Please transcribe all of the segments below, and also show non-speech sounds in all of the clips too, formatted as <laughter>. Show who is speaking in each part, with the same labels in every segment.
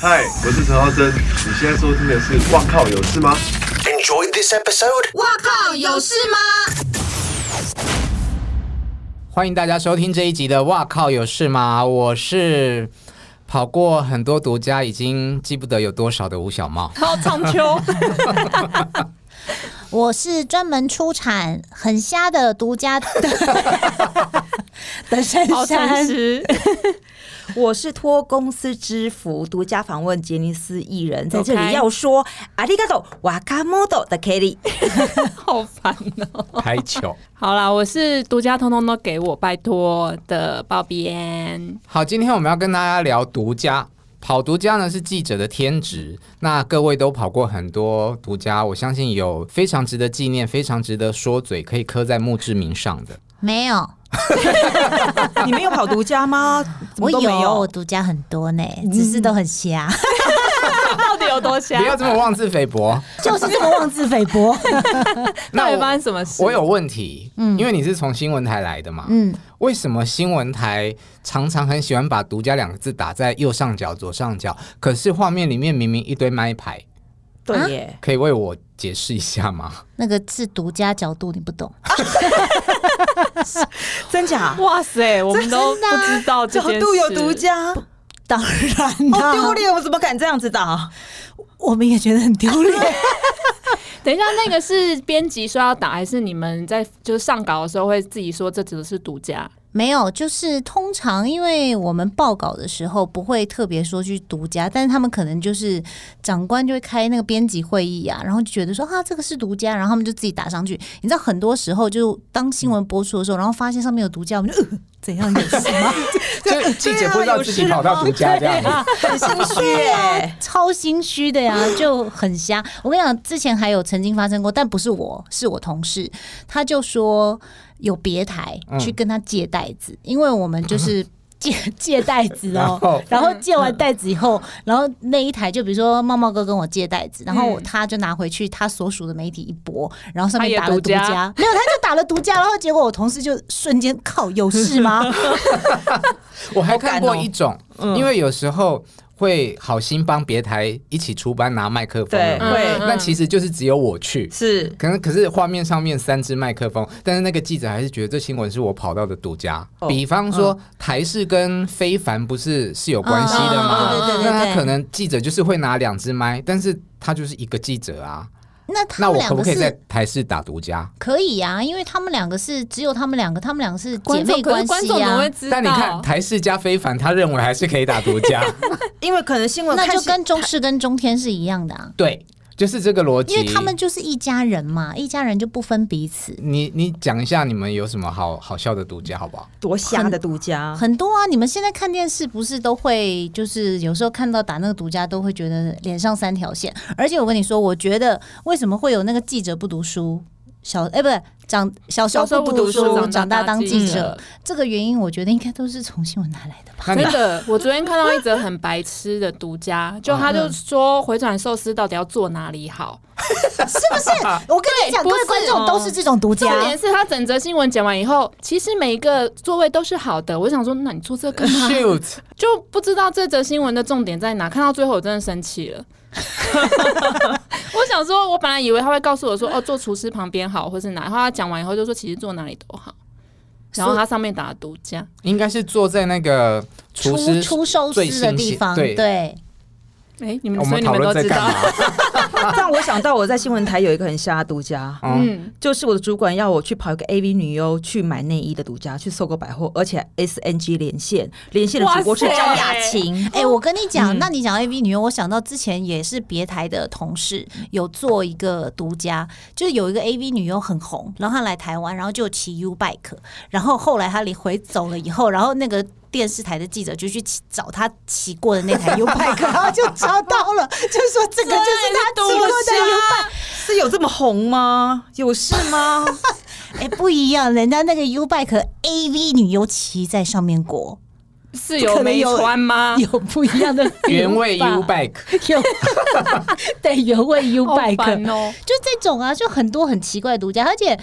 Speaker 1: 嗨，我是陈浩森，你现在收听的是《哇靠有事吗》。
Speaker 2: Enjoyed this episode?
Speaker 3: 哇靠，有事吗？
Speaker 4: 欢迎大家收听这一集的《哇靠有事吗》，我是跑过很多独家，已经记不得有多少的吴小
Speaker 5: <laughs>
Speaker 4: 茂。
Speaker 5: 好苍秋，
Speaker 6: <laughs> 我是专门出产很瞎的 <laughs> 独家的珊
Speaker 5: 好诚
Speaker 6: 珊，
Speaker 5: 实。
Speaker 7: 我是托公司之福独家访问杰尼斯艺人，在这
Speaker 5: OK
Speaker 7: 里要说阿里嘎多瓦卡莫多的 Kelly，
Speaker 5: 好烦哦、
Speaker 4: 开球。
Speaker 5: 好啦，我是独家，通通都给我，拜托的鲍比安。
Speaker 4: 好，今天我们要跟大家聊独家。跑独家呢是记者的天职，那各位都跑过很多独家，我相信有非常值得纪念、非常值得说嘴，可以刻在墓志铭上的。
Speaker 6: 没有，
Speaker 7: <laughs> 你没有跑独家吗？怎
Speaker 6: 我
Speaker 7: 么都没
Speaker 6: 有，嗯我独家很多呢，只是都很瞎，
Speaker 5: 到底有多瞎
Speaker 4: 不？要这么妄自菲
Speaker 5: <laughs>
Speaker 4: 薄。
Speaker 6: <laughs> 就是这么妄自菲薄。
Speaker 5: 到底发
Speaker 4: 我
Speaker 5: 生什么事？
Speaker 4: 我有问题，嗯，因为你是从新闻台来的嘛，
Speaker 6: <laughs> 嗯，
Speaker 4: 为什么新闻台常常很喜欢把“独家”两个字打在右上角、左上角，可是画面里面明明一堆麦牌？
Speaker 7: 对耶，
Speaker 4: 可以为我解释一
Speaker 7: <laughs>
Speaker 4: 下吗？
Speaker 6: 那个是独家角度，你不懂。
Speaker 7: 真假？
Speaker 5: 哇塞，我们都不知道这
Speaker 7: 啊角
Speaker 5: 件事。
Speaker 7: 度有独，家，好
Speaker 6: 当然啊啦、
Speaker 7: 丢脸！我怎么敢这样子打？
Speaker 6: 我们也觉得很丢脸。
Speaker 5: 等一下，那个是编辑说要打，还是你们在就是上稿的时候会自己说这只是独家？
Speaker 6: 没有，就是通常因为我们报稿的时候不会特别说去独家，但是他们可能就是长官就会开那个编辑会议啊，然后就觉得说啊这个是独家，然后他们就自己打上去。你知道很多时候就当新闻播出的时候，然后发现上面有独家，我们就、呃、怎样有事吗？
Speaker 4: 就记者不知道自己跑到独家这样子，
Speaker 7: <laughs> 很心虚啊耶，
Speaker 6: 超心虚的呀，就很瞎。 <laughs> 我跟你讲，之前还有曾经发生过，但不是我，是我同事，他就说有别台
Speaker 4: 嗯
Speaker 6: 去跟他借袋子，因为我们
Speaker 4: <laughs>
Speaker 6: 就是。借借袋子
Speaker 4: 然后嗯
Speaker 6: 哦，然后借完袋子以后，然后那一台就比如说茂茂哥跟我借袋子，然后我他就拿回去他所属的媒体一播，然后上
Speaker 5: 他也
Speaker 6: 面打了
Speaker 5: 独
Speaker 6: 独
Speaker 5: 家
Speaker 6: 家，没有他就打了独家，然后结果我同事就瞬间靠有
Speaker 4: <laughs>
Speaker 6: 事吗？
Speaker 4: 我还看过一种，
Speaker 7: 哦
Speaker 4: 因为有时候会好心帮别台一起出班拿麦克风，
Speaker 7: 对
Speaker 4: 有没有
Speaker 7: 会嗯
Speaker 4: 那其实就是只有我去。
Speaker 7: <laughs> 是
Speaker 4: 可能可是画面上面三支麦克风，但是那个记者还是觉得这新闻是我跑到的独家。
Speaker 7: 哦
Speaker 4: 比方
Speaker 6: 嗯
Speaker 4: 说、台视跟非凡不是是有关系的吗？
Speaker 6: 嗯嗯嗯对对对对
Speaker 4: 那
Speaker 6: 对
Speaker 4: 他可能记者就是会拿两支麦，但是他就是一个记者啊。
Speaker 6: 那他
Speaker 4: 那
Speaker 6: 们
Speaker 4: 我
Speaker 6: 两
Speaker 4: 可不
Speaker 6: 个
Speaker 4: 可以
Speaker 6: 是
Speaker 4: 在台视打独家？
Speaker 6: 可以呀、因为他们两个是只有他们两个，他们两个是姐
Speaker 5: 观众
Speaker 6: 妹
Speaker 5: 可
Speaker 6: 关
Speaker 5: 是观
Speaker 6: 系啊
Speaker 5: 众怎么
Speaker 6: 呀、
Speaker 5: 会知道？
Speaker 4: 但你看台视加非凡，他认为还是可以打独
Speaker 6: <laughs>
Speaker 4: 家。
Speaker 7: 因为可能新闻
Speaker 6: 那
Speaker 7: 看
Speaker 6: 就
Speaker 7: 新
Speaker 6: 跟中视跟中天是一样的啊，
Speaker 4: 对，就是这个逻辑。
Speaker 6: 因为他们就是一家人嘛，一家人就不分彼此。
Speaker 4: 你你讲一下你们有什么好好笑的独家好不好？
Speaker 7: 多瞎的独家，
Speaker 6: 很多啊，你们现在看电视不是都会，就是有时候看到打那个独家，都会觉得脸上三条线。而且我跟你说，我觉得为什么会有那个记者不读书，小哎、不是长小时
Speaker 5: 小
Speaker 6: 候
Speaker 5: 时候
Speaker 6: 不
Speaker 5: 不读书，
Speaker 6: 书，长大当记
Speaker 5: 者
Speaker 6: 者，。这个原因我觉得应该都是从新闻拿来的吧。
Speaker 4: 那你
Speaker 5: 真的，我昨天看到一则很白痴的独家，就他就说回转寿司到底要做哪里好？
Speaker 6: 是不
Speaker 5: <laughs>
Speaker 6: 是？我跟你讲，
Speaker 5: 不
Speaker 6: 各
Speaker 5: 是
Speaker 6: 位观众
Speaker 5: 哦
Speaker 6: 都是这种独
Speaker 5: 重
Speaker 6: 家。
Speaker 5: 点是他整则新闻讲完以后，其实每一个座位都是好的。我想说，那你做这个干 <laughs> 嘛？
Speaker 4: shoot，
Speaker 5: 就不知道这则新闻的重点在哪。看到最后，我真的生气 <laughs> 了。我想说，我本来以为他会告诉我说，哦，坐厨师旁边好，或是哪。然后他讲完以后就说，其实坐哪里都好。然后他上面打了独家，
Speaker 4: 应该是坐在那个厨
Speaker 6: 出
Speaker 4: 师
Speaker 6: 出收
Speaker 4: 最
Speaker 6: 尸的
Speaker 4: 新
Speaker 6: 地
Speaker 4: 鲜
Speaker 6: 方，
Speaker 4: 对
Speaker 6: 对，
Speaker 5: 哎，你们
Speaker 4: 我
Speaker 5: 所
Speaker 4: 们
Speaker 5: 以你
Speaker 4: 讨
Speaker 5: 们都
Speaker 4: 论在
Speaker 5: 知
Speaker 4: 干
Speaker 5: 道，
Speaker 4: 嘛？
Speaker 7: <laughs> 让我想到我在新闻台有一个很瞎的独家。
Speaker 4: 嗯，
Speaker 5: 嗯，
Speaker 7: 就是我的主管要我去跑一个 AV 女优去买内衣的独家，去搜狗百货，而且 SNG 连线，连线的主播是
Speaker 5: 哇塞
Speaker 7: 张雅琴，
Speaker 6: 哎、我跟你
Speaker 4: 嗯
Speaker 6: 讲，那你讲 A V 女优，我想到之前也是别台的同事有做一个独家，就是有一个 A V 女优很红，然后她来台湾，然后就骑 U bike，然后后来她离回走了以后，然后那个。电视台的记者就去骑找她骑过的那台 U
Speaker 4: <laughs>
Speaker 6: bike，然后就找到了，就说这个就是她骑过的 U bike。
Speaker 7: 是有这么红吗？有事
Speaker 6: <laughs>
Speaker 7: 吗？
Speaker 6: 哎、不一样，人家那个 U bike A V 女优骑在上面过，
Speaker 5: 是有没穿吗？
Speaker 6: 有不一
Speaker 4: <laughs>
Speaker 6: 样的
Speaker 4: 啊原味 U
Speaker 6: feel 吧
Speaker 4: bike， <laughs>
Speaker 5: <laughs>
Speaker 6: 有对原味 U
Speaker 5: 好
Speaker 6: bike，
Speaker 5: 烦哦！
Speaker 6: 就这种啊，就很多很奇怪的独家，而且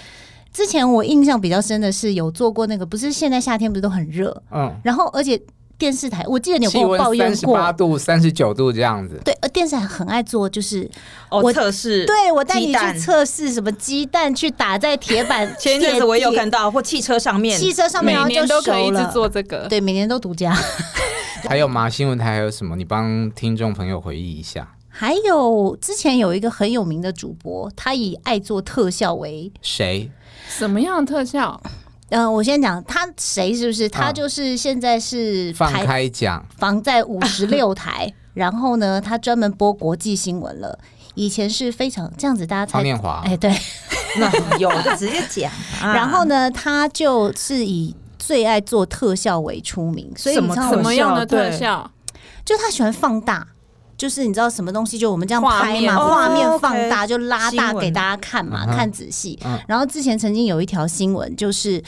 Speaker 6: 之前我印象比较深的是有做过那个，不是现在夏天不是都很热，
Speaker 4: 嗯，
Speaker 6: 然后而且。电视台，我记得你有跟
Speaker 4: 气
Speaker 6: 我
Speaker 4: 温
Speaker 6: 抱怨
Speaker 4: 三十八
Speaker 6: 过，
Speaker 4: 度、三十九度这样子。
Speaker 6: 对，呃，电视台很爱做就是我
Speaker 7: 哦，测试，
Speaker 6: 对我带
Speaker 7: 鸡
Speaker 6: 你去
Speaker 7: 蛋
Speaker 6: 测试什么鸡蛋去打在铁
Speaker 5: <laughs>
Speaker 6: 板，
Speaker 7: 前一阵子我也有看到，或汽车上面，
Speaker 6: 汽车上面，
Speaker 5: 每
Speaker 6: 然后就
Speaker 5: 年都可以一
Speaker 6: 熟
Speaker 5: 直
Speaker 6: 了。
Speaker 5: 做这个。
Speaker 6: 对，每年都独家。
Speaker 4: 还有吗？新闻台还有什么？你帮听众朋友回忆一下，
Speaker 6: 还有之前有一个很有名的主播，他以爱做特效为，
Speaker 4: 谁？
Speaker 5: 什么样的特效？
Speaker 6: 嗯、我先讲他谁是不是？他
Speaker 4: 嗯
Speaker 6: 就是现在是
Speaker 4: 放
Speaker 6: 排
Speaker 4: 开讲，
Speaker 6: 房在五十
Speaker 4: <laughs>
Speaker 6: 六台，然后呢，他专门播国际新闻了。以前是非常这样子，大家
Speaker 4: 曹
Speaker 6: 才
Speaker 4: 念华。
Speaker 6: 哎对，
Speaker 7: <laughs> 那有就直接讲啊。
Speaker 6: <laughs> 然后呢，他就是以最爱做特效为出名，所以
Speaker 7: 什
Speaker 6: 你
Speaker 7: 么
Speaker 6: 知道
Speaker 7: 特
Speaker 5: 什
Speaker 6: 我
Speaker 5: 么样的特
Speaker 7: 对
Speaker 5: 效？
Speaker 6: 就他喜欢放大，就是你知道什么东西，就我们这样
Speaker 5: 画
Speaker 6: 拍
Speaker 5: 面
Speaker 6: 嘛，
Speaker 5: 哦
Speaker 6: 画面
Speaker 7: OK
Speaker 6: 放大就拉大
Speaker 7: 新闻
Speaker 6: 给大家看嘛，
Speaker 4: 嗯哼
Speaker 6: 看仔细
Speaker 4: 嗯。
Speaker 6: 然后之前曾经有一条新闻就是。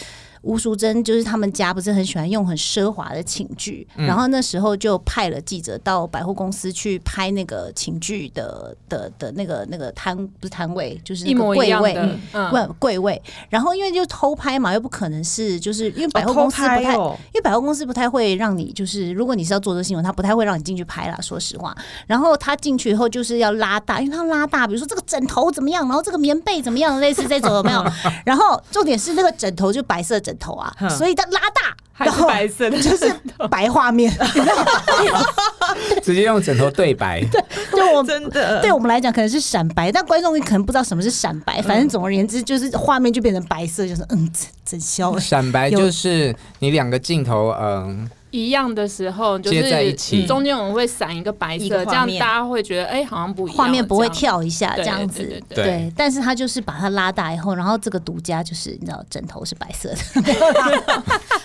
Speaker 6: 吴淑珍就是他们家不是很喜欢用很奢华的寝具，
Speaker 7: 嗯
Speaker 6: 然后那时候就派了记者到百货公司去拍那个寝具的的的那个那个摊不是摊位，就是那
Speaker 5: 一
Speaker 6: 个
Speaker 5: 模一
Speaker 6: 柜
Speaker 5: 样
Speaker 6: 位，
Speaker 5: 的，嗯，
Speaker 6: 柜柜位。然后因为就偷拍嘛，又不可能是就是因为
Speaker 7: 哦
Speaker 6: 百
Speaker 7: 偷
Speaker 6: 货公司不
Speaker 7: 拍
Speaker 6: 太
Speaker 7: 哦，
Speaker 6: 因为百货公司不太会让你，就是如果你是要做这新闻，他不太会让你进去拍啦。说实话，然后他进去以后就是要拉大，因为他要拉大，比如说这个枕头怎么样，然后这个棉被怎么样，类似这种有没
Speaker 5: <laughs>
Speaker 6: 有？然后重点是那个枕头就白色枕头啊，
Speaker 7: 哼
Speaker 6: 所以他拉大，
Speaker 5: 还
Speaker 6: 然
Speaker 5: 是
Speaker 6: 后
Speaker 5: 白色
Speaker 6: <laughs>
Speaker 5: 的，
Speaker 6: 就是白画面，
Speaker 5: <laughs>
Speaker 4: 直接用枕头对白。
Speaker 6: 就我
Speaker 7: 真的
Speaker 6: 对我们来讲可能是闪白，但观众可能不知道什么是闪白，反
Speaker 5: 嗯
Speaker 6: 正总而言之就是画面就变成白色，就是嗯，真真香。
Speaker 4: 闪白就是你两个镜头，嗯，
Speaker 5: 一样的时候，就
Speaker 4: 接在一起
Speaker 5: 是中间我们会闪一个白
Speaker 7: 一
Speaker 5: 色，
Speaker 7: 个
Speaker 5: 这
Speaker 7: 画
Speaker 5: 样
Speaker 7: 面
Speaker 5: 大家会觉得哎，好像不一样，
Speaker 6: 画面不会
Speaker 5: 这样。
Speaker 6: 跳一下这
Speaker 5: 对
Speaker 6: 样
Speaker 5: 对
Speaker 6: 子
Speaker 5: 对，
Speaker 4: 对对
Speaker 6: 对。但是他就是把它拉大以后，然后这个独家就是你知道枕头是白色
Speaker 5: <laughs>
Speaker 6: 的，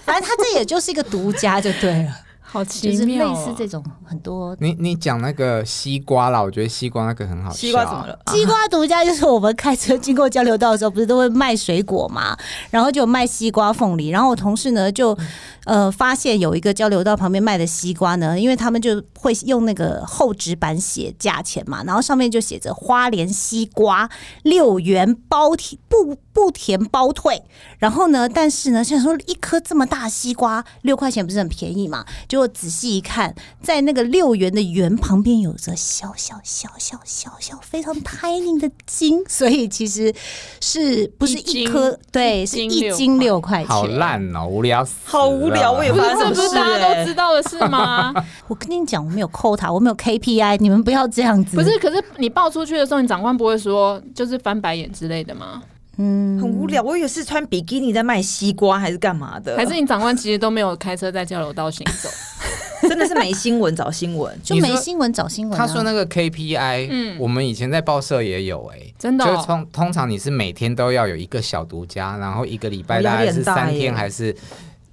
Speaker 6: 反正他这也就是一个独家就对了，
Speaker 5: 好
Speaker 6: 就
Speaker 5: 奇
Speaker 6: 是
Speaker 5: 妙
Speaker 6: 类
Speaker 5: 哦，
Speaker 6: 似这种很多。
Speaker 4: 你你讲那个西瓜啦，我觉得西瓜那个很好笑。
Speaker 7: 西瓜怎么？ <laughs> 了？啊
Speaker 6: 西瓜独家就是我们开车经过交流道的时候，不是都会卖水果嘛，然后就有卖西瓜、凤梨。然后我同事呢就呃发现有一个交流道旁边卖的西瓜呢，因为他们就会用那个厚纸板写价钱嘛，然后上面就写着花莲西瓜六元包体不不甜包退。然后呢，但是呢，想说一颗这么大的西瓜六块钱不是很便宜嘛？结果仔细一看，在那个六元的元旁边有着小小小小小小非常 tiny 的斤， <laughs> 所以其实是不是
Speaker 5: 一斤
Speaker 6: 一颗？对，
Speaker 5: 一
Speaker 6: 是
Speaker 5: 斤
Speaker 6: 一斤六块钱。
Speaker 4: 好烂哦，无聊死了，
Speaker 7: 好无聊我也
Speaker 5: 不
Speaker 7: 发
Speaker 5: 是
Speaker 7: 生什
Speaker 5: 这
Speaker 7: 么
Speaker 5: 不是
Speaker 7: 事
Speaker 5: 大家
Speaker 7: 欸
Speaker 5: 都知道的事
Speaker 6: <laughs>
Speaker 5: 吗？
Speaker 6: 我跟你讲，我没有扣他，我没有 KPI，你们不要这样子。
Speaker 5: 不是，，可是你报出去的时候，你长官不会说就是翻白眼之类的吗？
Speaker 6: 嗯，
Speaker 7: 很无聊，我以为是穿比基尼在卖西瓜还是干嘛的，
Speaker 5: 还是你长官其实都没有开车在交流道行走？
Speaker 7: 真的是没新闻找新闻
Speaker 6: 就
Speaker 4: 你
Speaker 6: 没
Speaker 4: 说
Speaker 6: 新闻找新闻、啊。
Speaker 4: 他说那个 KPI，
Speaker 5: 嗯
Speaker 4: 我们以前在报社也有哎、
Speaker 5: 真的哦。
Speaker 4: 就是通通常你是每天都要有一个小独家，然后一个礼拜
Speaker 7: 哦压
Speaker 4: 大
Speaker 7: 力
Speaker 4: 概
Speaker 7: 很
Speaker 4: 是
Speaker 7: 大
Speaker 4: 三
Speaker 7: 耶
Speaker 4: 天还是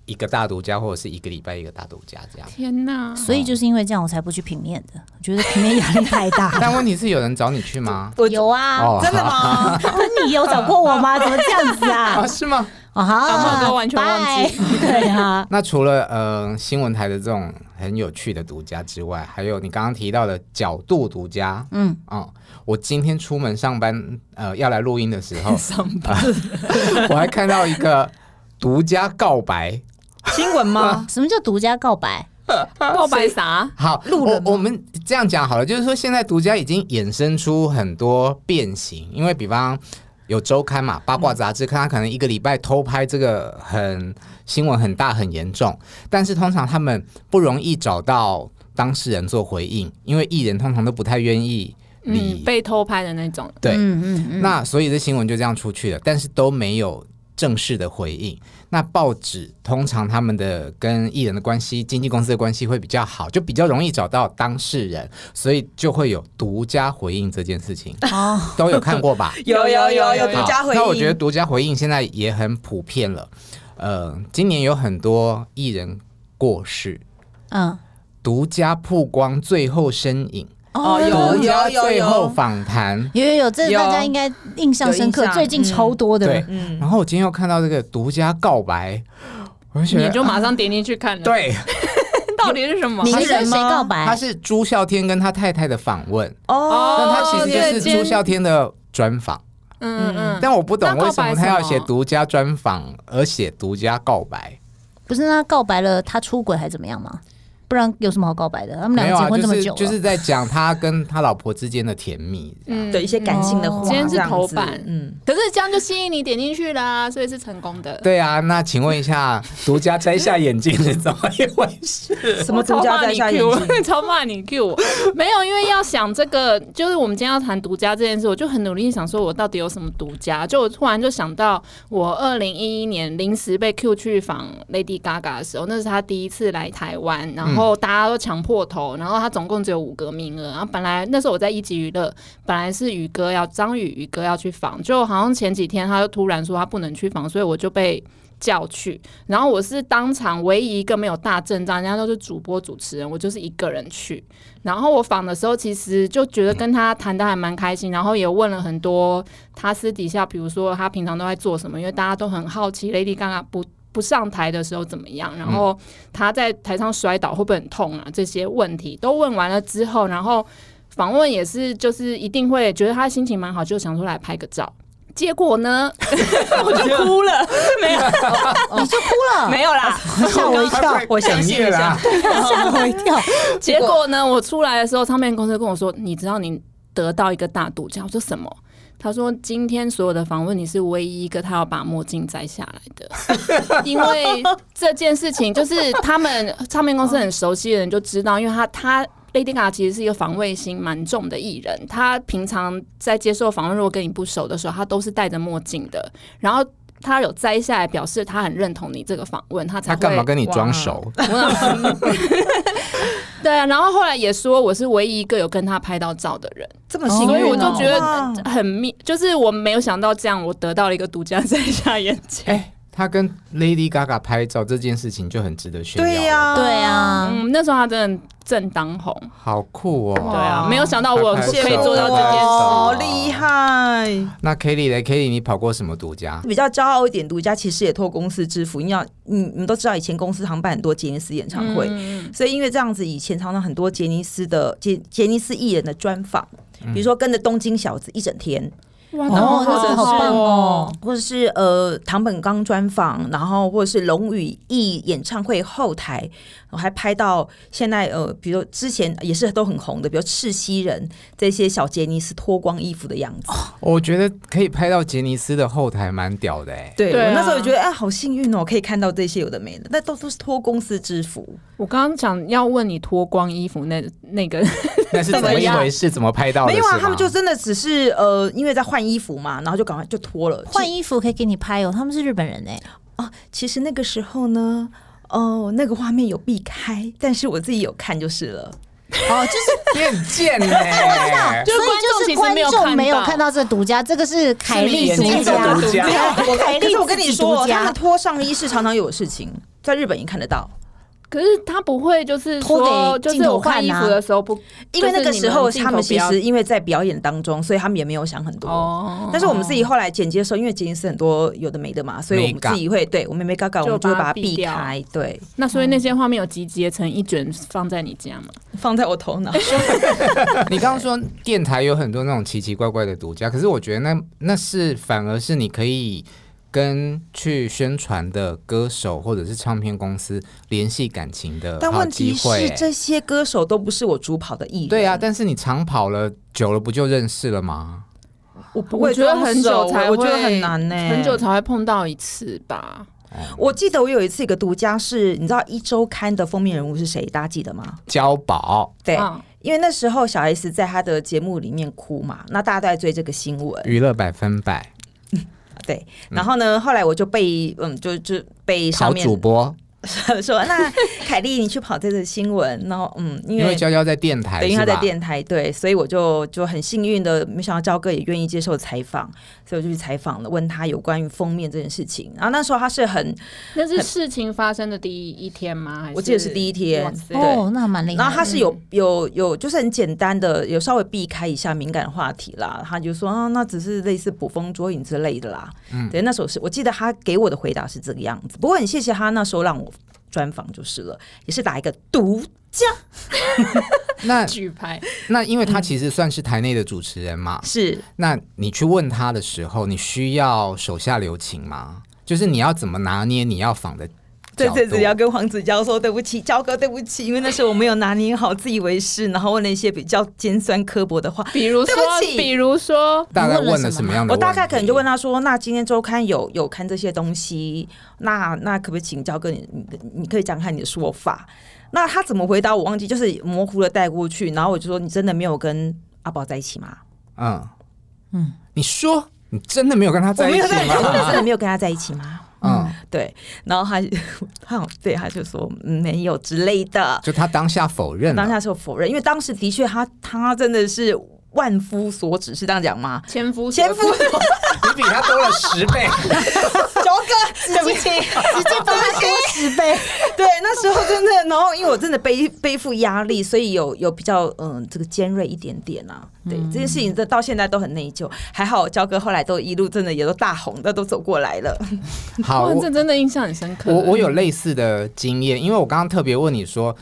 Speaker 4: 一个大独家，或者是一个礼拜一个大独家这样
Speaker 5: 天哪！
Speaker 6: 所以就是因为这样，我才不去平面的，我觉得平面压力太大
Speaker 4: <laughs>
Speaker 6: 了。
Speaker 4: 但问题是有人找你去吗？
Speaker 7: 我
Speaker 6: 有啊，
Speaker 4: 哦
Speaker 7: 真的吗？
Speaker 6: 不是你有找过我
Speaker 4: <laughs>
Speaker 6: 吗？怎么这样子啊？
Speaker 4: 啊，是吗？
Speaker 6: 啊哈，
Speaker 5: 大漠哥完全忘记
Speaker 6: 拜。 <laughs> 对啊，
Speaker 4: 那除了呃新闻台的这种很有趣的独家之外，还有你刚刚提到的角度独家，嗯啊、我今天出门上班，呃，要来录音的时候，上班、 <laughs> 我还看到一个独家告白。
Speaker 7: 新闻吗？
Speaker 6: 什么叫独家告白？
Speaker 4: 啊
Speaker 5: 告白啥？
Speaker 4: 好，我我们这样讲好了，就是说现在独家已经衍生出很多变形，因为比方有周刊嘛，八卦杂志，看他可能一个礼拜偷拍这个很新闻很大很严重，但是通常他们不容易找到当事人做回应，因为艺人通常都不太愿意理
Speaker 5: 嗯，被偷拍的那种。
Speaker 4: 对，
Speaker 6: 嗯嗯嗯，
Speaker 4: 那所以这新闻就这样出去了，但是都没有正式的回应。那报纸通常他们的跟艺人的关系、经纪公司的关系会比较好，就比较容易找到当事人，所以就会有独家回应这件事情，
Speaker 6: 哦，
Speaker 4: 都有看过吧？
Speaker 7: 有有有有
Speaker 5: 好
Speaker 7: 独家回应，
Speaker 4: 那我觉得独家回应现在也很普遍了。呃，今年有很多艺人过世，
Speaker 6: 嗯，
Speaker 4: 独家曝光最后身影，
Speaker 7: 哦有
Speaker 4: 独家
Speaker 7: 有有
Speaker 4: 最
Speaker 7: 有
Speaker 4: 后访谈。
Speaker 6: 有有有，这
Speaker 7: 有
Speaker 6: 大家应该印象深
Speaker 7: 有
Speaker 6: 刻
Speaker 7: 印，象
Speaker 6: 最近超多的
Speaker 4: 对，，然后我今天又看到这个独家告白，我就觉得啊
Speaker 5: 你就马上点进去看了，，
Speaker 4: 对，
Speaker 5: <laughs> 到底是什么？
Speaker 6: 你
Speaker 7: 名
Speaker 6: 是
Speaker 7: 人
Speaker 6: 谁
Speaker 7: 吗
Speaker 6: 告
Speaker 4: 他
Speaker 6: 白？
Speaker 4: 是朱孝天跟他太太的访问，
Speaker 7: 哦，
Speaker 4: 但他其实就是
Speaker 5: 对
Speaker 4: 朱孝天的专访。
Speaker 5: 嗯嗯嗯，
Speaker 4: 但我不懂
Speaker 5: 那告白
Speaker 4: 为什么他要写
Speaker 5: 什么
Speaker 4: 独家专访，而写独家告白。
Speaker 6: 不是那他告白了，他出轨还怎么样吗？不然有什么好告白的？他们两
Speaker 4: 没有
Speaker 6: 个结
Speaker 4: 啊，
Speaker 6: 婚
Speaker 4: 就
Speaker 6: 这么
Speaker 4: 是
Speaker 6: 久了，
Speaker 4: 就是在讲他跟他老婆之间的甜蜜。
Speaker 5: 嗯
Speaker 7: 的一些感性的话，
Speaker 6: 哦
Speaker 5: 今天是
Speaker 7: 这样
Speaker 5: 头
Speaker 7: 子
Speaker 5: 版
Speaker 7: 嗯，
Speaker 5: 可是这样就吸引你点进去啦，所以是成功的。
Speaker 4: 对啊，那请问一下，独家摘下眼镜是怎么一回事？
Speaker 7: 什么独
Speaker 5: 超
Speaker 7: 家
Speaker 5: 骂
Speaker 7: 在
Speaker 5: 你
Speaker 7: 下眼
Speaker 5: Q，
Speaker 7: 睛？
Speaker 5: 我 <laughs> 超骂你 Q 我。没有，因为要想这个，就是我们今天要谈独家这件事，我就很努力想说，我到底有什么独家？就我突然就想到，我二零一一年临时被 Q 去访 Lady Gaga 的时候，那是她第一次来台湾，然后大家都抢破头，然后她总共只有五个名额，然后本来那时候我在一级娱乐，本来是宇哥要张宇宇哥要去访，就好像前几天他就突然说他不能去访，所以我就被叫去，然后我是当场唯一一个没有大阵仗，人家都是主播主持人，我就是一个人去。然后我访的时候，其实就觉得跟他谈的还蛮开心，然后也问了很多他私底下，比如说他平常都在做什么，因为大家都很好奇 Lady Gaga 不不上台的时候怎么样，然后他在台上摔倒会不会很痛啊，这些问题都问完了之后，然后访问也是就是一定会觉得他心情蛮好，就想出来拍个照。结果呢，我就哭了，没有。
Speaker 6: 你就哭了，
Speaker 5: 没有啦，
Speaker 6: <laughs> 吓我一跳，
Speaker 4: 我想一下，
Speaker 6: 吓我一跳。
Speaker 5: <laughs> 结果呢，我出来的时候，唱片公司跟我说：“你知道你得到一个大独家。”我说：“什么？”他说：“今天所有的访问，你是唯一一个他要把墨镜摘下来的， <laughs> 因为这件事情就是他们唱片公司很熟悉的人就知道，因为他他。” Lady Gaga 其实是一个防卫心蛮重的艺人，她平常在接受访问，如果跟你不熟的时候，她都是戴着墨镜的。然后她有摘下来，表示她很认同你这个访问，她才
Speaker 4: 他
Speaker 5: 会
Speaker 4: 干嘛跟你装熟？
Speaker 5: <laughs> 对啊，然后后来也说我是唯一一个有跟他拍到照的人，
Speaker 7: 这么幸
Speaker 5: 所以
Speaker 7: 运哦，
Speaker 5: 我就觉
Speaker 6: 哇
Speaker 5: 得很密，就是我没有想到这样，我得到了一个独家 <laughs> 摘下眼镜。
Speaker 4: 哎，他跟 Lady Gaga 拍照这件事情就很值得炫耀。
Speaker 7: 对呀、，
Speaker 6: 对啊，
Speaker 5: 嗯，那时候他真的正当红，
Speaker 4: 好酷
Speaker 5: 对
Speaker 4: 哦！
Speaker 5: 啊，没有想到我
Speaker 4: 拍拍
Speaker 5: 可以
Speaker 4: 手
Speaker 5: 做到这件事。
Speaker 7: 哦，厉害！
Speaker 4: 那 Kelly 嘞，Kelly 你跑过什么独家？
Speaker 7: 比较骄傲一点，独家其实也托公司之福。你要，你你们都知道，以前公司常办很多杰尼斯演唱会，
Speaker 5: 嗯
Speaker 7: 所以因为这样子，以前常常很多杰尼斯的杰杰尼斯艺人的专访，比如说跟着东京小子一整天，
Speaker 5: 哇
Speaker 6: 哦，那个好棒哦！，
Speaker 7: 或者是呃唐本刚专访，然后或者是呃龙宇艺演唱会后台，我还拍到现在呃，比如之前也是都很红的，比如赤西仁这些小杰尼斯脱光衣服的样子。
Speaker 6: 哦
Speaker 4: 我觉得可以拍到杰尼斯的后台，蛮屌的哎。
Speaker 7: 对
Speaker 5: 对啊
Speaker 7: 我那时候也觉得哎，好幸运哦，可以看到这些有的没的，那都都是托公司之福。
Speaker 5: 我刚刚想要问你脱光衣服那那个，
Speaker 4: 那是怎么一回事？怎么拍到的？
Speaker 7: 没有
Speaker 4: 是
Speaker 7: 啊，
Speaker 4: 吗
Speaker 7: 他们就真的只是呃，因为在换衣服嘛，然后就赶快就脱了。
Speaker 6: 换衣服可以给你拍哦，他们是日本人哎，
Speaker 7: 哦，其实那个时候呢，哦，那个画面有避开，但是我自己有看就是了。
Speaker 6: 哦，就是
Speaker 4: <laughs> 你很贱
Speaker 7: <laughs>
Speaker 4: 哎！
Speaker 5: 就
Speaker 6: 啊所以就是观众没有看到这独家，这个是凯莉独
Speaker 4: 是你眼睛
Speaker 6: 家
Speaker 4: 的独，家
Speaker 6: 对凯
Speaker 7: 可
Speaker 6: 莉
Speaker 7: 是我跟你
Speaker 6: 自己
Speaker 7: 说，
Speaker 6: 独
Speaker 7: 他们
Speaker 6: 家
Speaker 7: 脱上衣是常常有的事情，在日本也看得到，
Speaker 5: 可是他不会就是
Speaker 6: 脱
Speaker 5: 说，
Speaker 6: 给
Speaker 5: 就
Speaker 6: 镜
Speaker 5: 是
Speaker 6: 头
Speaker 5: 我换
Speaker 6: 看
Speaker 5: 衣
Speaker 6: 啊
Speaker 5: 服的时候不，
Speaker 7: 因为那个时候他们其
Speaker 5: 就
Speaker 7: 实
Speaker 5: 是你镜头
Speaker 7: 因为在表演当中，所以他们也没有想很
Speaker 5: 不
Speaker 7: 多。
Speaker 5: 要哦，
Speaker 7: 但是我们自己后来剪接的时候，因为剪接是很多有的没的嘛，所以我们
Speaker 4: Mega
Speaker 7: 自己会对我们没嘎嘎，我们就
Speaker 5: 就
Speaker 7: 会
Speaker 5: 把
Speaker 7: 把
Speaker 5: 它
Speaker 7: 它
Speaker 5: 避
Speaker 7: 避
Speaker 5: 掉
Speaker 7: 开，对，
Speaker 5: 那所以那些画面有集结成一卷放在你家吗？
Speaker 7: 放在我头脑。
Speaker 4: 你刚刚说电台有很多那种奇奇怪怪的独家，可是我觉得那那是反而是你可以跟去宣传的歌手或者是唱片公司联系感情的
Speaker 7: 但
Speaker 4: 好
Speaker 7: 问
Speaker 4: 机
Speaker 7: 题
Speaker 4: 会
Speaker 7: 是，
Speaker 4: 欸。
Speaker 7: 这些歌手都不是我主跑的艺人，
Speaker 4: 对啊，，但是你长跑了久了，不就认识了吗？
Speaker 7: 我不
Speaker 5: 我
Speaker 7: 会
Speaker 5: 觉得
Speaker 7: 装
Speaker 5: 很
Speaker 7: 熟
Speaker 5: 久才
Speaker 7: 我觉得
Speaker 5: 会
Speaker 7: 很难呢、
Speaker 5: 很久。才会碰到一次吧。
Speaker 7: 我记得我有一次一个独家是，你知道《一周刊》的封面人物是谁？大家记得吗？
Speaker 4: 交宝
Speaker 7: 对，
Speaker 5: 啊
Speaker 7: 因为那时候小 S 在她的节目里面哭嘛，那大家都在追这个新闻，
Speaker 4: 娱乐百分百，
Speaker 7: 对。然后呢，后来我就被嗯，就就被上
Speaker 4: 好
Speaker 7: 面
Speaker 4: 主播，
Speaker 7: <laughs> 说，那凯莉你去跑这个新闻，然后嗯，因
Speaker 4: 因
Speaker 7: 为
Speaker 4: 为。娇娇在电台，
Speaker 7: 等于
Speaker 4: 是
Speaker 7: 他在
Speaker 4: 吧
Speaker 7: 电台，对，所以我就就很幸运的，没想到焦哥也愿意接受采访，所以我就去采访了，问他有关于封面这件事情。然后那时候他是很
Speaker 5: 那是事情发生的第一一天吗？还是
Speaker 7: 我记得是第一天
Speaker 5: 哇塞
Speaker 7: 对
Speaker 6: 哦，那还蛮厉
Speaker 7: 然后
Speaker 6: 害嗯
Speaker 7: 他。是有有有，就是很简单的，有稍微避开一下敏感话题啦。他就说啊，那只是类似捕风捉影之类的啦。嗯，对，那时候是我记得他给我的回答是这个样子。不过很谢谢他那时候让我专访就是了，也是打一个独家，
Speaker 4: 那
Speaker 5: 举牌，
Speaker 4: 那因为
Speaker 7: 嗯
Speaker 4: 他其实算是台内的主持人嘛，
Speaker 7: 是
Speaker 4: 那你去问他的时候，你需要手下留情吗？就是你要怎么拿捏你要仿的
Speaker 7: 对对
Speaker 4: 角
Speaker 7: 对，
Speaker 4: 度
Speaker 7: 要跟黄子佼说对不起，佼哥对不起，因为那时候我没有拿捏好，自以为是，然后问了一些比较尖酸刻薄的话。
Speaker 5: 比如
Speaker 7: 对
Speaker 5: 说
Speaker 7: 不，起
Speaker 5: 比如说，
Speaker 4: 大概问了
Speaker 6: 了
Speaker 4: 什
Speaker 6: 什
Speaker 4: 么
Speaker 6: 么
Speaker 4: 样的
Speaker 7: 我
Speaker 4: 问题？
Speaker 7: 大概可能就问他说：“那今天周刊有有看这些东西，那那可不可以请教哥你你你可以讲看你的说法？”那他怎么回答我忘记，就是模糊的带过去，然后我就说：“你真的没有跟阿宝在一起吗？
Speaker 4: 嗯嗯，你说你真的没有跟他在一
Speaker 7: 我没有
Speaker 4: 起
Speaker 7: 在一起，我真
Speaker 4: 吗？
Speaker 7: 的没有跟他在一起吗
Speaker 4: 嗯，？”
Speaker 7: 对，然后他 <laughs> 他好对他就说嗯没有之类的，
Speaker 4: 就他当下否认
Speaker 7: 当
Speaker 4: 了。
Speaker 7: 下是有否认，因为当时的确他他真的是万夫所指，是这样讲吗？
Speaker 5: 前夫
Speaker 7: 前夫，
Speaker 5: <laughs>
Speaker 4: 你比他多了
Speaker 7: <laughs>
Speaker 4: 十倍，
Speaker 7: 九哥，对不起，
Speaker 6: 直
Speaker 7: <laughs>
Speaker 6: 接帮他多十倍，
Speaker 7: 对，那时候真的，然后因为我真的背背负压力，所以有有比较嗯这个尖锐一点点啊。对，
Speaker 5: 嗯
Speaker 7: 这件事情这到现在都很内疚，还好焦哥后来都一路真的也都大红的，都走过来了。
Speaker 4: 好，
Speaker 5: 哇，
Speaker 4: 我
Speaker 5: 这真的印象很深刻。
Speaker 4: 我我有类似的经验，因为我刚刚特别问你说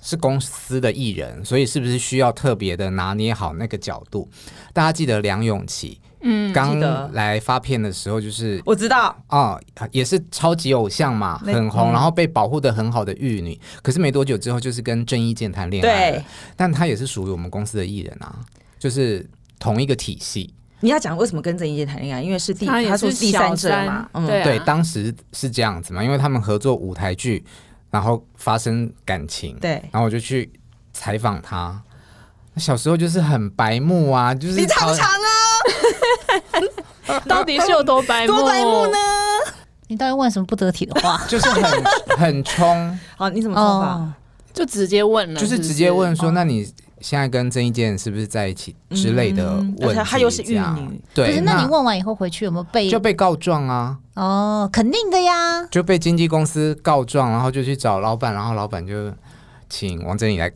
Speaker 4: 是公司的艺人，所以是不是需要特别的拿捏好那个角度？大家记得梁咏琪，嗯，刚
Speaker 7: 记得
Speaker 4: 来发片的时候就是
Speaker 7: 我知道，
Speaker 4: 啊、也是超级偶像嘛，
Speaker 7: 那
Speaker 4: 很红，然后被保护的很好的玉女，可是没多久之后就是跟郑伊健谈恋爱了
Speaker 7: 对，
Speaker 4: 但她也是属于我们公司的艺人啊，就是同一个体系。
Speaker 7: 你要讲为什么跟郑伊健谈恋爱，因为是第
Speaker 5: 他也
Speaker 7: 说
Speaker 5: 是
Speaker 7: 第
Speaker 5: 小
Speaker 7: 者
Speaker 5: 三
Speaker 7: 嘛，嗯，
Speaker 5: 对啊
Speaker 4: 对，当时是这样子嘛，因为他们合作舞台剧，然后发生感情，
Speaker 7: 对
Speaker 4: 然后我就去采访他。小时候就是很白目啊，就是
Speaker 7: 你超
Speaker 4: 好
Speaker 7: 长啊，
Speaker 5: 到底是有多白目？
Speaker 7: 多白目呢？
Speaker 6: 你到底问什么不得体的话？哦
Speaker 4: 就是很 <laughs> 很冲，
Speaker 7: 好，哦你怎么说法？，
Speaker 5: 就直接问了，
Speaker 4: 就是
Speaker 5: 不
Speaker 4: 直接问
Speaker 7: 嗯
Speaker 4: 说，那你现在跟郑伊健是不是在一起之类的
Speaker 7: 嗯
Speaker 4: 问题？
Speaker 7: 而且她又是玉
Speaker 4: 这样
Speaker 7: 女，
Speaker 6: 不
Speaker 4: 对，
Speaker 6: 是？那你问完以后回去有没有被？
Speaker 4: 就被告状啊，
Speaker 6: 哦，肯定的呀。
Speaker 4: 就被经纪公司告状，然后就去找老板，然后老板就请王珍妮来，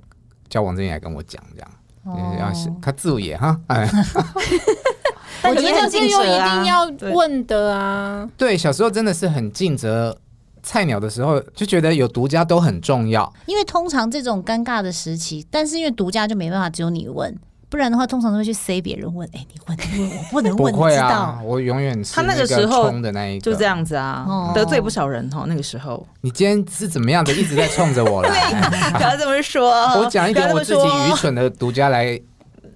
Speaker 4: 叫王珍妮来跟我讲这样。
Speaker 6: 哦
Speaker 4: 要是他自也哈，哎，
Speaker 7: 但
Speaker 5: 哦我觉
Speaker 7: 你也
Speaker 5: 得
Speaker 7: 很
Speaker 5: 这个
Speaker 7: 尽
Speaker 5: 又
Speaker 7: 责
Speaker 5: 一定
Speaker 7: 啊
Speaker 5: 要
Speaker 7: 对
Speaker 5: 问的啊，
Speaker 4: 对，小时候真的是很尽责菜鸟的时候，就觉得有独家都很重要。
Speaker 6: 因为通常这种尴尬的时期，但是因为独家就没办法，只有你问，不然的话，通常都会去塞别人问。哎，你问，你问，我不能
Speaker 4: <laughs> 不
Speaker 6: 问，
Speaker 4: 会
Speaker 6: 你知
Speaker 4: 啊
Speaker 6: 道，？
Speaker 4: 我永远是
Speaker 7: 他那
Speaker 4: 个
Speaker 7: 个时候
Speaker 4: 冲的那一个。
Speaker 7: 就这，样子啊，
Speaker 6: 哦
Speaker 7: 得罪不少人哦。那个时
Speaker 4: <laughs>
Speaker 7: 候
Speaker 4: 你今天是怎么样的？一直在冲着我来。
Speaker 7: 不要这么说，
Speaker 4: 我讲一
Speaker 7: 不要
Speaker 4: 点
Speaker 7: 这
Speaker 4: 我
Speaker 7: 么
Speaker 4: 自
Speaker 7: 说
Speaker 4: 己愚蠢的独家来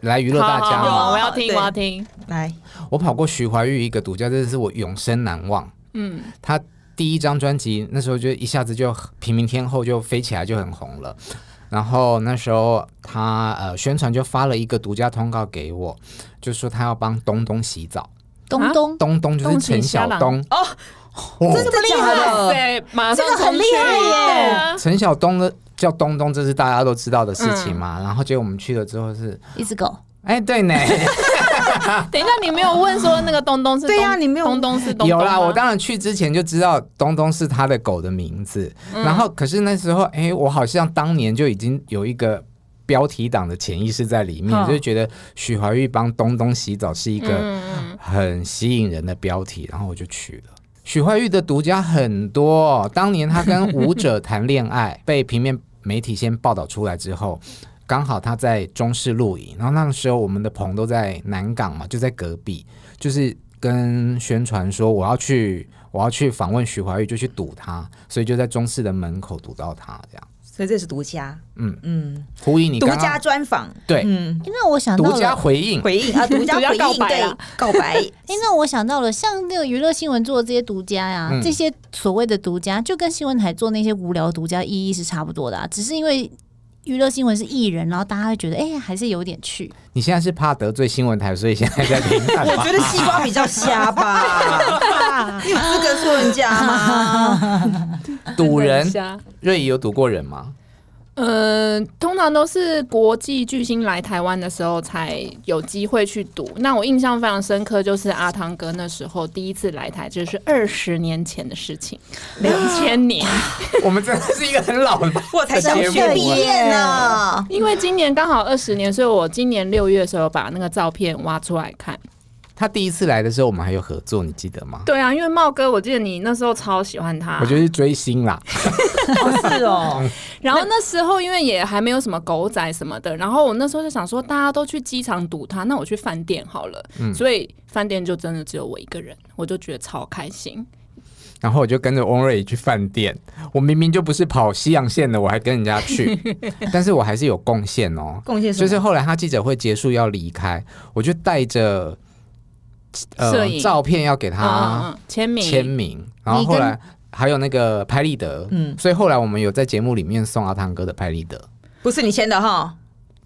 Speaker 4: 来娱乐大家
Speaker 5: 好好好啊
Speaker 4: 嘛。
Speaker 5: 我要听，
Speaker 7: 对
Speaker 5: 我要听。
Speaker 7: 来，
Speaker 4: 我跑过徐怀钰一个独家，真的是我永生难忘。
Speaker 5: 嗯，
Speaker 4: 他第一张专辑那时候就一下子就平民天后就飞起来就很红了。然后那时候他呃宣传就发了一个独家通告给我，就说他要帮东东洗澡，
Speaker 6: 东东，
Speaker 4: 东东就是陈小东
Speaker 7: 东
Speaker 4: 哦，
Speaker 7: 真的厉害
Speaker 5: 哇
Speaker 7: 了。
Speaker 5: 塞，马上
Speaker 6: 这个很
Speaker 5: 冲
Speaker 6: 厉
Speaker 5: 去
Speaker 6: 害耶
Speaker 5: 对啊
Speaker 4: <laughs> 陈小东的叫东东，这是大家都知道的事情嘛。然后结果我们去了之后是，
Speaker 6: 一只狗，
Speaker 4: 哎对呢，
Speaker 5: 等一下，你没有问说那个东东是
Speaker 7: 对呀
Speaker 5: 东
Speaker 7: 你没有
Speaker 5: 东东是东东
Speaker 4: 有
Speaker 5: 吗
Speaker 4: 啦，我当然去之前就知道东东是他的狗的名字，
Speaker 5: 嗯
Speaker 4: 然后可是那时候，哎、我好像当年就已经有一个标题党的潜意识在里面，
Speaker 7: 嗯
Speaker 4: 就觉得许怀玉帮东东洗澡是一
Speaker 5: 嗯
Speaker 4: 个很吸引人的标题，然后我就去了。许怀玉的独家很多，当年他跟舞者谈恋爱，被平面媒体先报道出来之后，刚好他在中视录影，然后那个时候我们的棚都在南港嘛，就在隔壁，就是跟宣传说我要去，我要去访问徐怀钰，就去堵他，所以就在中视的门口堵到他，这样
Speaker 7: 所以这是独家，
Speaker 4: 嗯
Speaker 7: 嗯，
Speaker 4: 呼应你
Speaker 7: 独
Speaker 4: 刚刚哎
Speaker 7: 家专访，
Speaker 4: 对
Speaker 7: 嗯，
Speaker 6: 诶那我想到
Speaker 4: 独
Speaker 6: 了，
Speaker 4: 家回应，
Speaker 7: 回应 <laughs> 啊，独家
Speaker 5: 独家
Speaker 7: 回
Speaker 5: 告
Speaker 7: 应，
Speaker 5: 白
Speaker 7: 对
Speaker 5: 啦，
Speaker 7: 告白，
Speaker 6: 哎，那我想到了，像那个娱乐新闻做的这些独家呀、
Speaker 4: 嗯
Speaker 6: 这些所谓的独家，就跟新闻台做那些无聊独家意义是差不多的、啊，只是因为娱乐新闻是艺人，然后大家会觉得，哎、还是有点趣。
Speaker 4: 你现在是怕得罪新闻台，所以现在在
Speaker 7: <laughs>
Speaker 4: 平淡
Speaker 7: 我 <laughs>
Speaker 4: 吗？
Speaker 7: 觉得西瓜比较瞎吧， <laughs> 你有资格说人家 <laughs> 吗？
Speaker 4: 堵人
Speaker 5: 真的很，瞎
Speaker 4: 瑞怡有堵过人
Speaker 7: <laughs>
Speaker 4: 吗？
Speaker 5: 呃，通常都是国际巨星来台湾的时候才有机会去赌。那我印象非常深刻，就是阿汤哥那时候第一次来台，就是二十年前的事
Speaker 7: <laughs>
Speaker 5: 情，两千年。
Speaker 4: 我们真的是一个很老的，
Speaker 7: 我哦才小
Speaker 4: 节目
Speaker 7: 学毕业呢，
Speaker 5: 因为今年刚好二十年，所以我今年六月的时候把那个照片挖出来看。
Speaker 4: 他第一次来的时候，我们还有合作，你记得吗？
Speaker 5: 对啊，因为茂哥，我记得你那时候超喜欢他。
Speaker 4: 我就是追星啦，
Speaker 7: <laughs> 是哦，
Speaker 5: 然后那时候因为也还没有什么狗仔什么的，然后我那时候就想说，大家都去机场堵他，那我去饭
Speaker 4: 嗯
Speaker 5: 店好了。所以饭店就真的只有我一个人，我就觉得超开心。
Speaker 4: 然后我就跟着翁瑞怡去饭店。我明明就不是跑西洋线的，我还跟人家
Speaker 7: <laughs>
Speaker 4: 去，但是我还是有贡献哦。
Speaker 7: <laughs> 贡献什
Speaker 4: 就
Speaker 7: 么
Speaker 4: 是后来他记者会结束要离开，我就带着
Speaker 5: 摄
Speaker 4: 呃
Speaker 5: 影
Speaker 4: 照片要给
Speaker 5: 嗯
Speaker 4: 他
Speaker 5: 嗯，签名
Speaker 4: 签名，然后
Speaker 6: 你
Speaker 4: 后
Speaker 6: 跟
Speaker 4: 来还有那个拍立得，
Speaker 7: 嗯
Speaker 4: 所以后来我们有在节目里面送阿汤哥的拍立得，
Speaker 7: 不是你签的哈？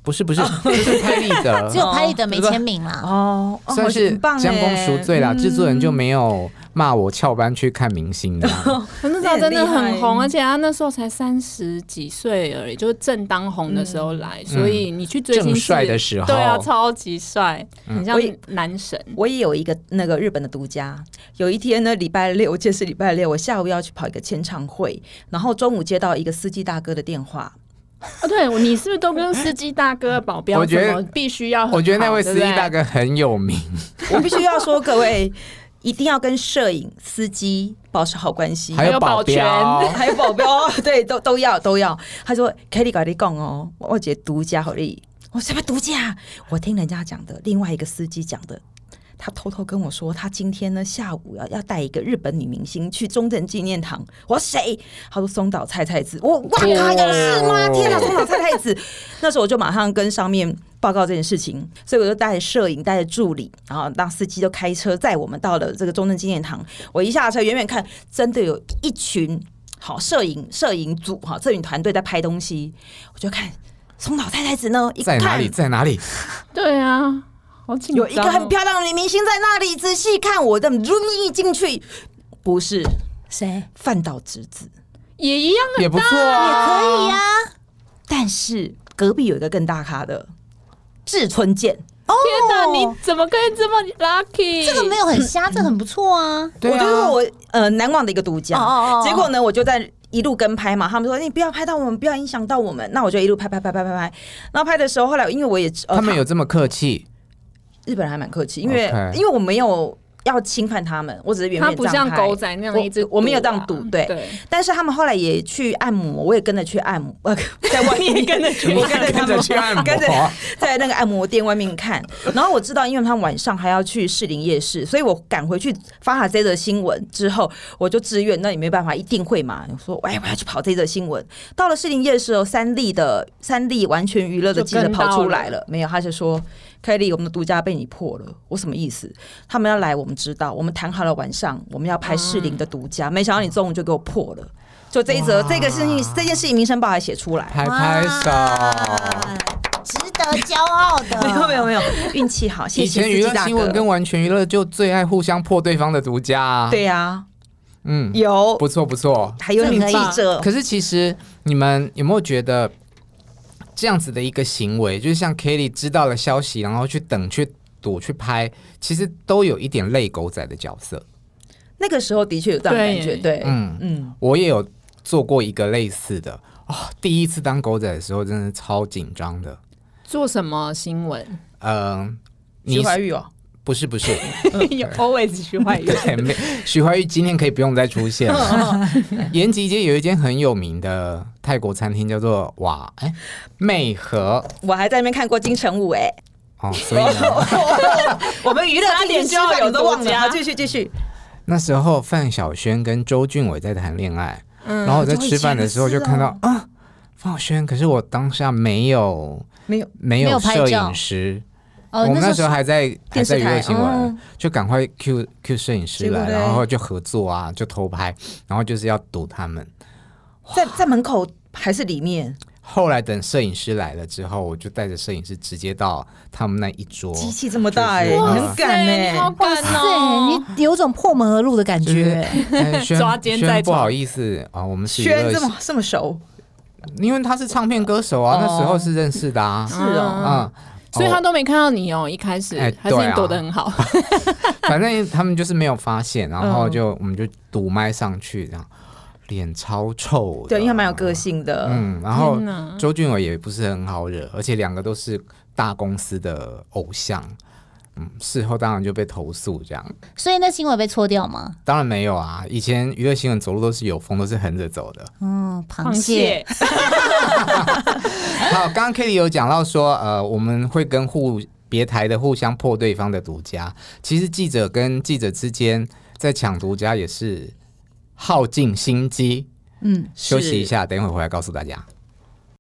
Speaker 4: 不是不是，就是拍立
Speaker 6: <laughs>
Speaker 4: 得，
Speaker 6: 只有拍立得没签名啦。
Speaker 7: 哦，哦
Speaker 4: 算是
Speaker 7: 很棒嗯
Speaker 4: 将功赎罪啦。制作人就没有骂我翘班去看明星的啊，
Speaker 5: 可那时候真
Speaker 7: 那
Speaker 5: 的很
Speaker 7: 很厉
Speaker 5: 红，
Speaker 7: 害
Speaker 5: 而且他那时候才三十几岁而已，就是正当红的时候来，所以你去追星
Speaker 4: 嗯正
Speaker 5: 是
Speaker 4: 帅的时候嗯
Speaker 5: 对啊，超级帅，很像
Speaker 7: 我也
Speaker 5: 男神。
Speaker 7: 我也有一个那个日本的独家。有一天呢，礼拜六，我记得是礼拜六，我下午要去跑一个签唱会，然后中午接到一个司机大哥的电话，
Speaker 5: 啊，对你是不是都跟司机大哥保镖？
Speaker 4: 我觉得
Speaker 5: 什么必须要很好，
Speaker 4: 我觉得那位司机大
Speaker 5: 哥
Speaker 4: 哥很有名，
Speaker 7: 我必须要说，各位一定要跟摄影、司机保持好关系。
Speaker 4: 还有保镖
Speaker 5: 还，
Speaker 7: 还有保镖，对，都都要都要。他说 k e t t y 跟你讲哦，我姐独家好利，我什么独家？我听人家讲的，另外一个司机讲的。他偷偷跟我说，他今天呢下午要要带一个日本女明星去中正纪念堂。我说谁？他说松岛菜菜子。我哇靠，有事吗？天哪，松岛菜菜子！ <laughs> 那时候我就马上跟上面报告这件事情，所以我就带着摄影，带着助理，然后让司机就开车载我们到了这个中正纪念堂。我一下车，远远看，真的有一群好摄影摄影组哈，摄影团队在拍东西，我就看松岛太太子呢，一
Speaker 4: <laughs> 在
Speaker 7: 看
Speaker 4: 哪里在哪里？
Speaker 5: 对啊，好紧张
Speaker 7: 有
Speaker 5: 哦
Speaker 7: 一个很漂亮的女明星在那里，仔细看我的 room 一进去，不是
Speaker 6: 谁？
Speaker 7: 饭岛直子，
Speaker 5: 也一样啊，
Speaker 4: 也不错
Speaker 5: <laughs>
Speaker 4: 啊，
Speaker 6: 可以呀，
Speaker 7: 但是隔壁有一个更大咖的志村健，
Speaker 5: 哦天哪，你怎么可以这么 lucky？
Speaker 6: 这个没有很瞎，这个很不错啊。
Speaker 4: 对
Speaker 7: 我就
Speaker 4: 啊
Speaker 7: 说，我呃难忘的一个独家。
Speaker 6: 哦哦哦
Speaker 7: 结果呢，我就在一路跟拍嘛，他们说哎你不要拍到我们，不要影响到我们。那我就一路拍拍拍拍拍拍。然后拍的时候，后来因为我也、呃、
Speaker 4: 他们有这么客气，
Speaker 7: 日本人还蛮客气，因为
Speaker 4: OK
Speaker 7: 因为我没有要侵犯他们，我只是远
Speaker 5: 他
Speaker 7: 远
Speaker 5: 不
Speaker 7: 这样
Speaker 5: 像
Speaker 7: 拍
Speaker 5: 狗仔那样一直
Speaker 7: 我我没有这样
Speaker 5: 赌
Speaker 7: 赌
Speaker 5: 啊，
Speaker 7: 对。
Speaker 5: 对，
Speaker 7: 但是他们后来也去按摩，我也跟着去按摩，呃，在外面跟着
Speaker 4: <laughs>
Speaker 7: 去我跟着他们
Speaker 4: 跟着去按摩
Speaker 7: 跟着 <laughs> 在那个按摩店外面看。然后我知道，因为他们晚上还要去士林夜市，所以我赶回去发了这则新闻之后，我就自愿，那也没办法，一定会嘛。我说，哎，我要去跑这则新闻。到了士林夜市哦，三立的三立完全娱乐的记者
Speaker 5: 就跟到
Speaker 7: 跑出来
Speaker 5: 了
Speaker 7: 了，没有，他就说。凯莉，我们的独家被你破了，我什么意思？他们要来，我们知道，我们谈好了晚上我们要拍士林的独家，没想到你中午就给我破了。就这一则，这个事情，这件事情，《民生报》还写出来。
Speaker 4: 拍拍手。
Speaker 6: 哇，值得骄傲的。
Speaker 7: <laughs> 没有没有
Speaker 4: <laughs>
Speaker 7: 没有，运气好，谢
Speaker 4: 以
Speaker 7: 谢
Speaker 4: 前
Speaker 7: 司
Speaker 4: 娱乐
Speaker 7: 机大
Speaker 4: 新闻
Speaker 7: 哥。
Speaker 4: 跟完全娱乐就最爱互相破对方的独家、啊，，
Speaker 7: 对呀，
Speaker 4: 嗯，
Speaker 7: 有，
Speaker 4: 不错不错。
Speaker 7: 还有女记者，
Speaker 4: 可是其实你们有没有觉得这样子的一个行为，就是像 Kelly 知道了消息，然后去等、去赌、去拍，其实都有一点类狗仔的角色。
Speaker 7: 那个时候的确有这样的感觉，对，
Speaker 4: 嗯
Speaker 7: 嗯，
Speaker 4: 我也有做过一个类似的哦，第一次当狗仔的时候，真的超紧张的。
Speaker 5: 做什么新闻？ <laughs>
Speaker 4: 嗯、
Speaker 7: 徐
Speaker 4: 你
Speaker 7: 怀钰哦，
Speaker 4: 不是不是，
Speaker 5: 有 always 徐 <laughs> 怀
Speaker 4: 对，
Speaker 5: 钰，
Speaker 4: 没许怀玉今天可以不用再出现了。延吉街有一间很有名的泰国餐厅，叫做哇哎媚和
Speaker 7: 我还在那边看过金城武，
Speaker 4: <laughs>
Speaker 7: 哎，
Speaker 4: 哦，所以呢，
Speaker 7: 我们娱乐
Speaker 5: 差点
Speaker 7: 进去
Speaker 5: 就要
Speaker 7: 吃饭
Speaker 5: 有
Speaker 7: 你都忘
Speaker 5: 独
Speaker 7: 了，
Speaker 5: 家
Speaker 7: 好继续继续，
Speaker 4: <laughs> 那时候范晓萱跟周俊伟在谈恋爱，然后我在吃饭的时候就看到啊范晓萱，可是我当下没有
Speaker 7: 没有
Speaker 4: 没
Speaker 6: 没
Speaker 4: 有
Speaker 6: 有拍照
Speaker 4: 摄影师。
Speaker 6: 哦
Speaker 4: 我们那时
Speaker 6: 时
Speaker 4: 候还在还
Speaker 7: 电视
Speaker 4: 在娱乐
Speaker 7: 台
Speaker 4: 新闻，
Speaker 7: 嗯
Speaker 4: 就赶快 Q Q 摄影师
Speaker 7: 结果
Speaker 4: 来，
Speaker 7: 嘞
Speaker 4: 然后就合作啊，就偷拍，然后就是要堵他们。
Speaker 7: 在在门口还是里面，
Speaker 4: 后来等摄影师来了之后，我就带着摄影师直接到他们那一桌，
Speaker 7: 机器这么大哎、
Speaker 4: 就是啊
Speaker 7: 很敢哎、
Speaker 5: 你好
Speaker 6: 哇
Speaker 5: 敢哦！
Speaker 6: 塞，你有种破门而入的感
Speaker 4: 就是
Speaker 6: 觉。
Speaker 4: 哎轩
Speaker 5: 抓奸
Speaker 4: 轩
Speaker 5: 在
Speaker 4: 不
Speaker 5: 床
Speaker 4: 好意思啊，我们是娱
Speaker 7: 轩
Speaker 4: 乐
Speaker 7: 这，么这么熟，
Speaker 4: 因为他是唱片歌手啊，那时候是认识的啊，
Speaker 7: 哦 <laughs> 是哦，
Speaker 4: 嗯，
Speaker 5: 所以他都没看到你哦，一开始
Speaker 4: 哎
Speaker 5: 还是
Speaker 4: 对啊
Speaker 5: 你躲得很好，
Speaker 4: 反正他们就是没有发现，然
Speaker 7: 哦
Speaker 4: 后就我们就堵麦上去，这样脸超臭，
Speaker 7: 对，因为他蛮有个。性的，
Speaker 4: 嗯，然后
Speaker 5: 天哪
Speaker 4: 周俊伟也不是很好惹，而且两个都是大公司的偶像，嗯，事后当然就被投诉这样。
Speaker 6: 所以那新闻被搓掉吗？
Speaker 4: 当然没有啊，以前娱乐新闻走路都是有风，都是横着走的。 <laughs>
Speaker 6: 嗯，螃
Speaker 5: 螃
Speaker 6: 蟹。
Speaker 5: 蟹
Speaker 4: 好，刚刚 Kitty 有讲到说，呃，我们会跟互别台的互相破对方的独家。其实记者跟记者之间在抢独家也是耗尽心机。
Speaker 6: 嗯，
Speaker 4: 休息一
Speaker 7: 是
Speaker 4: 下，等一会儿回来告诉大家。